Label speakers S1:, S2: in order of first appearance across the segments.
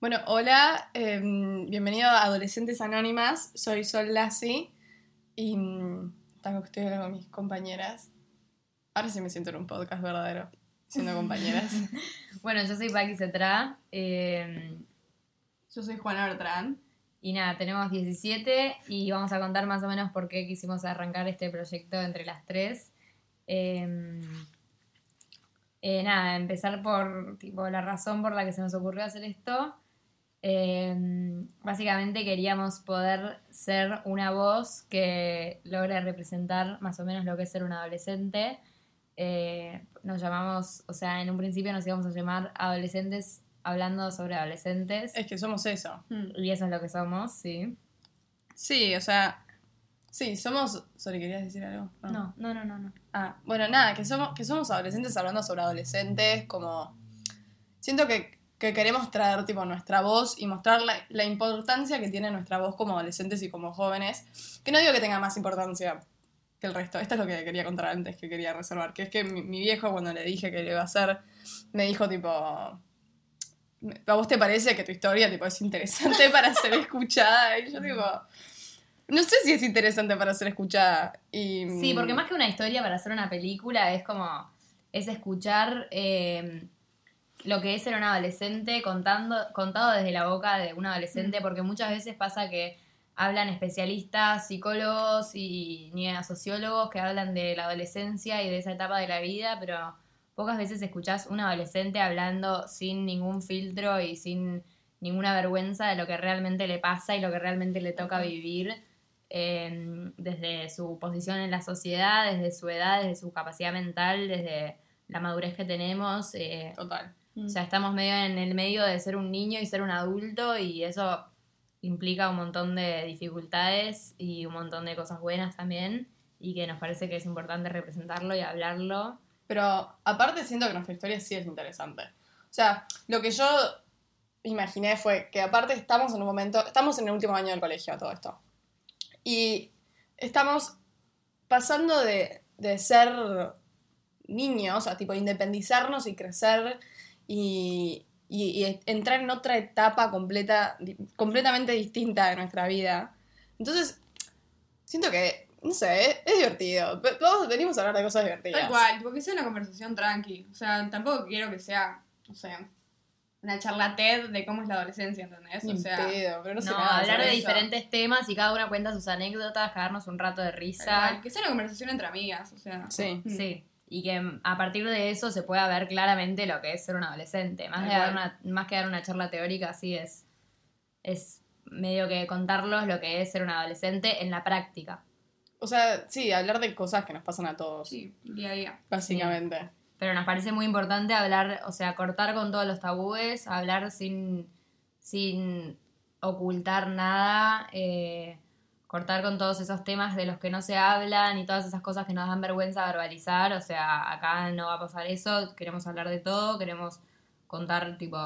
S1: Bueno, hola, eh, bienvenido a Adolescentes Anónimas. Soy Sol Lassi y mm, también estoy hablando con mis compañeras. Ahora sí me siento en un podcast verdadero, siendo compañeras.
S2: Bueno, yo soy Paqui Cetrá eh,
S1: Yo soy Juana Bertrán.
S2: y nada, tenemos 17 y vamos a contar más o menos por qué quisimos arrancar este proyecto entre las tres. Eh, eh, nada, empezar por tipo, la razón por la que se nos ocurrió hacer esto. Eh, básicamente queríamos poder ser una voz que logre representar más o menos lo que es ser un adolescente. Eh, nos llamamos, o sea, en un principio nos íbamos a llamar adolescentes hablando sobre adolescentes.
S1: Es que somos eso.
S2: Y eso es lo que somos, sí.
S1: Sí, o sea, sí, somos... Sorry, ¿querías decir algo?
S2: no, no, no. no.
S1: Ah, bueno, nada, que somos, que somos adolescentes hablando sobre adolescentes, como... Siento que, que queremos traer tipo nuestra voz y mostrar la, la importancia que tiene nuestra voz como adolescentes y como jóvenes, que no digo que tenga más importancia que el resto, esto es lo que quería contar antes, que quería reservar, que es que mi, mi viejo cuando le dije que lo iba a hacer, me dijo tipo... ¿A vos te parece que tu historia tipo, es interesante para ser escuchada? Y yo digo, no sé si es interesante para ser escuchada. Y,
S2: Sí, porque más que una historia para hacer una película es como. es escuchar eh, lo que es ser un adolescente contando, contado desde la boca de un adolescente, porque muchas veces pasa que hablan especialistas, psicólogos y ni a sociólogos que hablan de la adolescencia y de esa etapa de la vida, pero pocas veces escuchás un adolescente hablando sin ningún filtro y sin ninguna vergüenza de lo que realmente le pasa y lo que realmente le toca vivir eh, desde su posición en la sociedad, desde su edad, desde su capacidad mental, desde la madurez que tenemos. eh,
S1: Total.
S2: o sea, estamos medio en el medio de ser un niño y ser un adulto y eso implica un montón de dificultades y un montón de cosas buenas también y que nos parece que es importante representarlo y hablarlo.
S1: Pero aparte siento que nuestra historia sí es interesante. O sea, lo que yo imaginé fue que aparte estamos en un momento, estamos en el último año del colegio, todo esto. Y estamos pasando de, de ser niños a tipo independizarnos y crecer y, y- y entrar en otra etapa completa, di- completamente distinta de nuestra vida. Entonces, siento que, no sé, es, es divertido. Ve- Todos venimos a hablar de cosas divertidas.
S3: Tal cual, porque es una conversación tranqui. O sea, tampoco quiero que sea, no sé, una charla TED de cómo es la adolescencia, ¿entendés?
S1: Ni
S3: O
S1: en
S3: sea,
S1: pedo, pero no, sé
S2: No,
S1: nada
S2: hablar
S1: sobre
S2: de
S1: eso.
S2: diferentes temas y cada una cuenta sus anécdotas, cagarnos un rato de
S3: tal
S2: risa.
S3: cual, que sea una conversación entre amigas, o sea.
S1: Sí.
S3: Mm.
S2: Sí. Y que mm, a partir de eso se pueda ver claramente lo que es ser un adolescente. Más,
S3: Tal
S2: de dar
S3: cual.
S2: una, más que dar una charla teórica, sí es, es medio que contarlos lo que es ser un adolescente en la práctica.
S1: O sea, sí, hablar de cosas que nos pasan a todos,
S3: Sí, día a día.
S1: básicamente.
S2: Pero nos parece muy importante hablar, o sea, cortar con todos los tabúes, hablar sin, sin ocultar nada, eh, cortar con todos esos temas de los que no se hablan y todas esas cosas que nos dan vergüenza verbalizar. O sea, acá no va a pasar eso, queremos hablar de todo, queremos contar tipo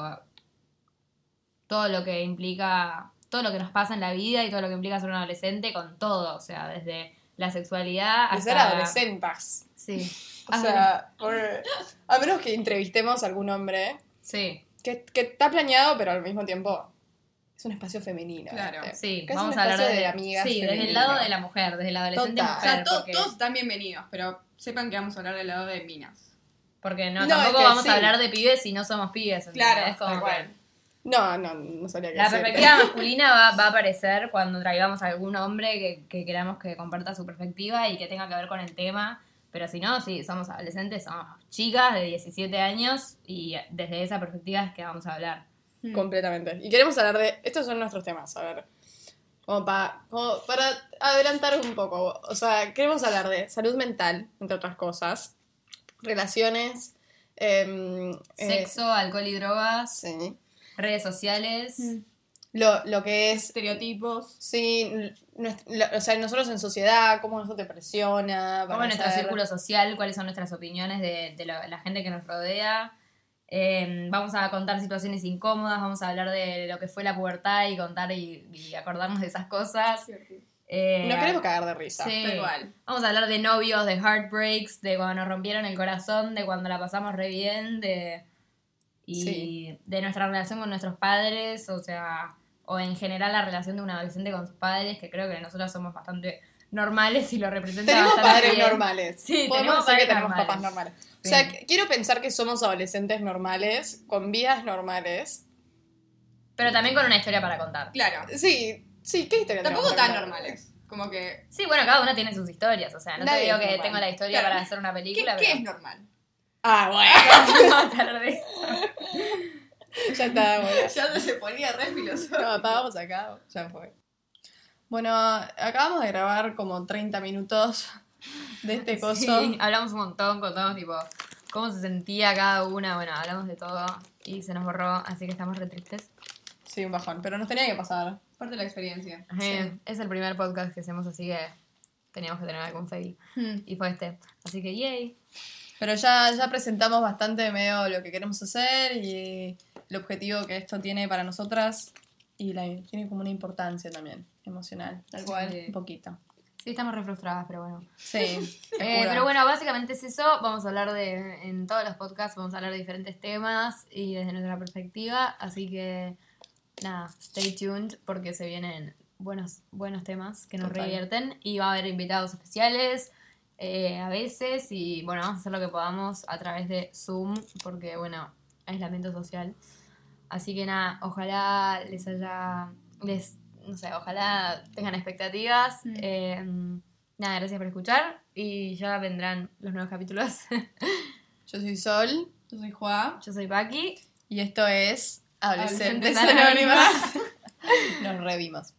S2: todo lo que implica, todo lo que nos pasa en la vida y todo lo que implica ser un adolescente con todo, o sea, desde la sexualidad hasta... Ah.
S1: De ser adolescentes.
S2: Sí,
S1: O sea, por- a menos que entrevistemos a algún hombre
S2: sí.
S1: que, que está planeado, pero al mismo tiempo es un espacio femenino.
S3: Claro,
S1: ¿viste?
S2: Sí,
S1: Que es
S2: vamos
S1: un
S2: a hablar
S1: espacio
S2: de,
S1: de amigas
S2: Sí, desde el
S1: femeninas.
S2: lado de la mujer, desde la adolescente
S1: Total.
S3: O
S2: mujer.
S3: sea, to-
S2: porque,
S3: todos están bienvenidos, pero sepan que vamos a hablar del lado de minas.
S2: porque no,
S1: No, es
S2: tampoco
S1: que
S2: vamos
S1: sí.
S2: a hablar de pibes si no somos pibes. ¿entendés?
S3: Claro,
S2: Es como
S3: tal
S2: que
S3: cual.
S1: No, no, no sabría qué
S2: La
S1: decirte.
S2: perspectiva masculina va, va a aparecer cuando traigamos a algún hombre que, que queramos que comparta su perspectiva y que tenga que ver con el tema. Pero si no, sí, somos adolescentes, somos chicas de 17 años y desde esa perspectiva es que vamos a hablar.
S3: Mm.
S1: Completamente. Y queremos hablar de. Estos son nuestros temas, a ver. Como, pa- como para adelantar un poco. O sea, queremos hablar de salud mental, entre otras cosas. Relaciones. em, eh,
S2: Sexo, alcohol y drogas,
S1: sí.
S2: redes sociales.
S3: Mm.
S1: Lo, lo que es.
S3: Estereotipos.
S1: Sí, n- nuest- lo- o sea, nosotros en sociedad, cómo eso te presiona.
S2: ¿Cómo
S1: para
S2: es nuestro
S1: ser-
S2: círculo social? ¿Cuáles son nuestras opiniones de, de la, la gente que nos rodea? Eh, vamos a contar situaciones incómodas, vamos a hablar de lo que fue la pubertad y contar y, y acordarnos de esas cosas. Eh,
S1: Nos queremos cagar de risa.
S2: Sí.
S3: Tal cual.
S2: Vamos a hablar de novios, de heartbreaks, de cuando nos rompieron el corazón, de cuando la pasamos re bien, de... y
S1: Sí.
S2: de nuestra relación con nuestros padres, o sea, o en general la relación de un adolescente con sus padres, que creo que nosotros somos bastante normales y lo representa
S1: Tenemos
S2: bastante
S1: padres
S2: bien.
S1: normales.
S2: Sí,
S1: Podemos
S2: tenemos
S1: decir que
S2: padres
S1: tenemos
S2: normales.
S1: papás normales. O
S2: Sí.
S1: sea, qu- quiero pensar que somos adolescentes normales, con vidas normales.
S2: Pero también con una historia para contar.
S3: Claro.
S1: Sí, sí, ¿qué historia
S3: Tampoco
S1: tenemos
S3: tan
S1: para contar?
S3: normales. Como que.
S2: Sí, bueno, cada una tiene sus historias, o sea, no
S1: Nadie
S2: te digo
S1: es
S2: que
S1: normal.
S2: tengo la historia
S3: Claro.
S2: para hacer una
S3: ¿Qué,
S2: película,
S3: qué es
S2: pero...
S3: normal?
S1: Ah, bueno,
S2: Vamos a hablar de eso.
S1: ya está, bueno.
S3: Ya se ponía re filosófico.
S1: No, apagamos acá, ya fue. Bueno, acabamos de grabar como 30 minutos de este coso.
S2: Sí, hablamos un montón, contamos tipo cómo se sentía cada una, bueno, hablamos de todo y se nos borró, así que estamos re tristes.
S1: Sí, un bajón, pero nos tenía que pasar.
S3: Parte de la experiencia.
S2: Eh, Es el primer podcast que hacemos, así que teníamos que tener algún fail.
S3: Mm.
S2: Y fue este. Así que yay.
S1: Pero ya, ya presentamos bastante medio lo que queremos hacer y el objetivo que esto tiene para nosotras y la, tiene como una importancia también emocional.
S3: Tal cual.
S1: Un poquito.
S2: Sí, estamos re frustradas, pero bueno.
S1: Sí.
S2: Eh, pero bueno, básicamente es eso. Vamos a hablar de, en todos los podcasts, vamos a hablar de diferentes temas y desde nuestra perspectiva. Así que, nada, stay tuned porque se vienen buenos, buenos temas que nos
S1: Total.
S2: revierten y va a haber invitados especiales eh, a veces y bueno, vamos a hacer lo que podamos a través de Zoom porque, bueno, aislamiento social. Así que nada, ojalá les haya, les, no sé, ojalá tengan expectativas.
S3: Mm.
S2: Eh, Nada, gracias por escuchar y ya vendrán los nuevos capítulos.
S1: Yo soy Sol
S3: Yo soy Juá.
S2: Yo soy Paqui.
S1: y esto es Adolescentes
S2: Adolescentes
S1: Anónimas. Nos revimos.